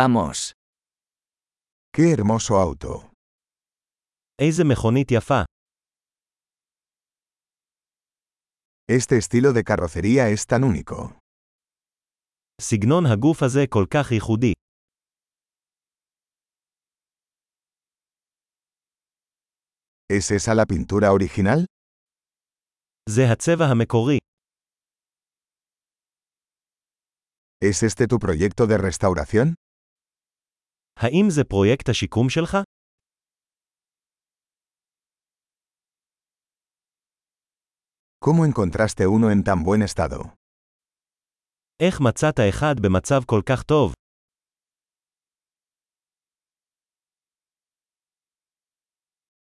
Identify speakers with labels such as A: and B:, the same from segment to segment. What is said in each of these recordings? A: Vamos.
B: ¡Qué hermoso auto!
C: איזה מכונית יפה.
B: Este estilo de carrocería es tan único.
C: סגנון הגוף הזה כל כך ייחודי.
B: ¿Es esa la pintura original?
C: זה הצבע המקורי.
B: ¿Es este tu proyecto de restauración?
C: האם זה פרויקט השיקום שלך?
B: ¿Cómo encontraste uno en tan buen estado?
C: איך מצאת אחד במצב כל כך טוב?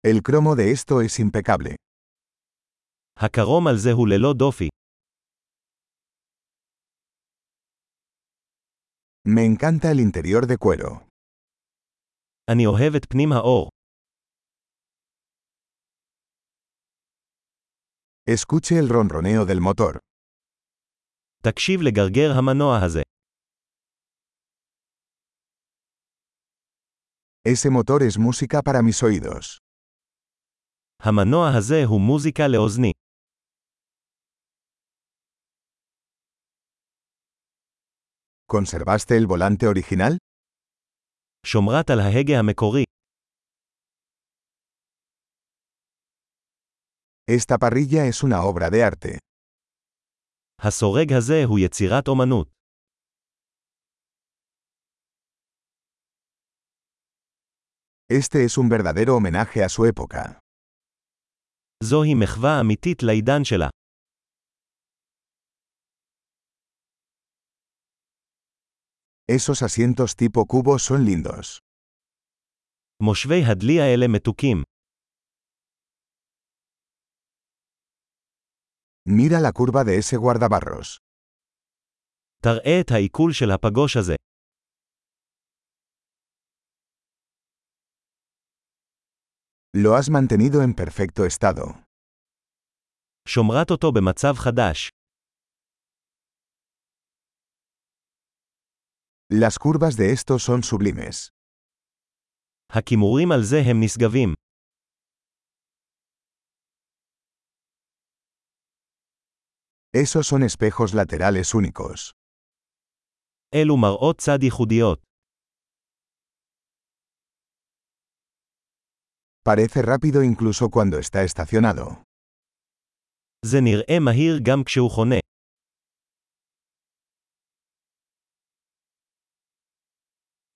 B: El cromo de esto es impecable.
C: הקרום על זה הוא ללא דופי.
B: Me encanta el interior de cuero.
C: אני אוהב את פנים האור.
B: Escuche el ronroneo del motor.
C: תקשיב לגרגר המנוע הזה.
B: Ese motor es música para mis oídos.
C: המנוע הזה הוא מוזיקה לאוזני.
B: ¿Conservaste el volante original?
C: שומרת על ההגה המקורי.
B: Esta parrilla es una obra de arte.
C: הסורג הזה הוא יצירת אומנות.
B: Este es un verdadero homenaje a su época.
C: זוהי מחווה אמיתית לעידן שלה.
B: Esos asientos tipo cubo son lindos.
C: מושבי הדלי האלה מתוקים.
B: Mira la curva de ese guardabarros.
C: תראה את העיכול של הפגוש הזה.
B: Lo has mantenido en perfecto estado.
C: שומרת אותו במצב חדש.
B: Las curvas de estos son sublimes.
C: הכימורים על זה הם נשגבים.
B: Esos son espejos laterales únicos.
C: אלו מראות צד ייחודיות.
B: Parece rápido incluso cuando está estacionado.
C: זה נראה מהיר גם כשהוא חונה.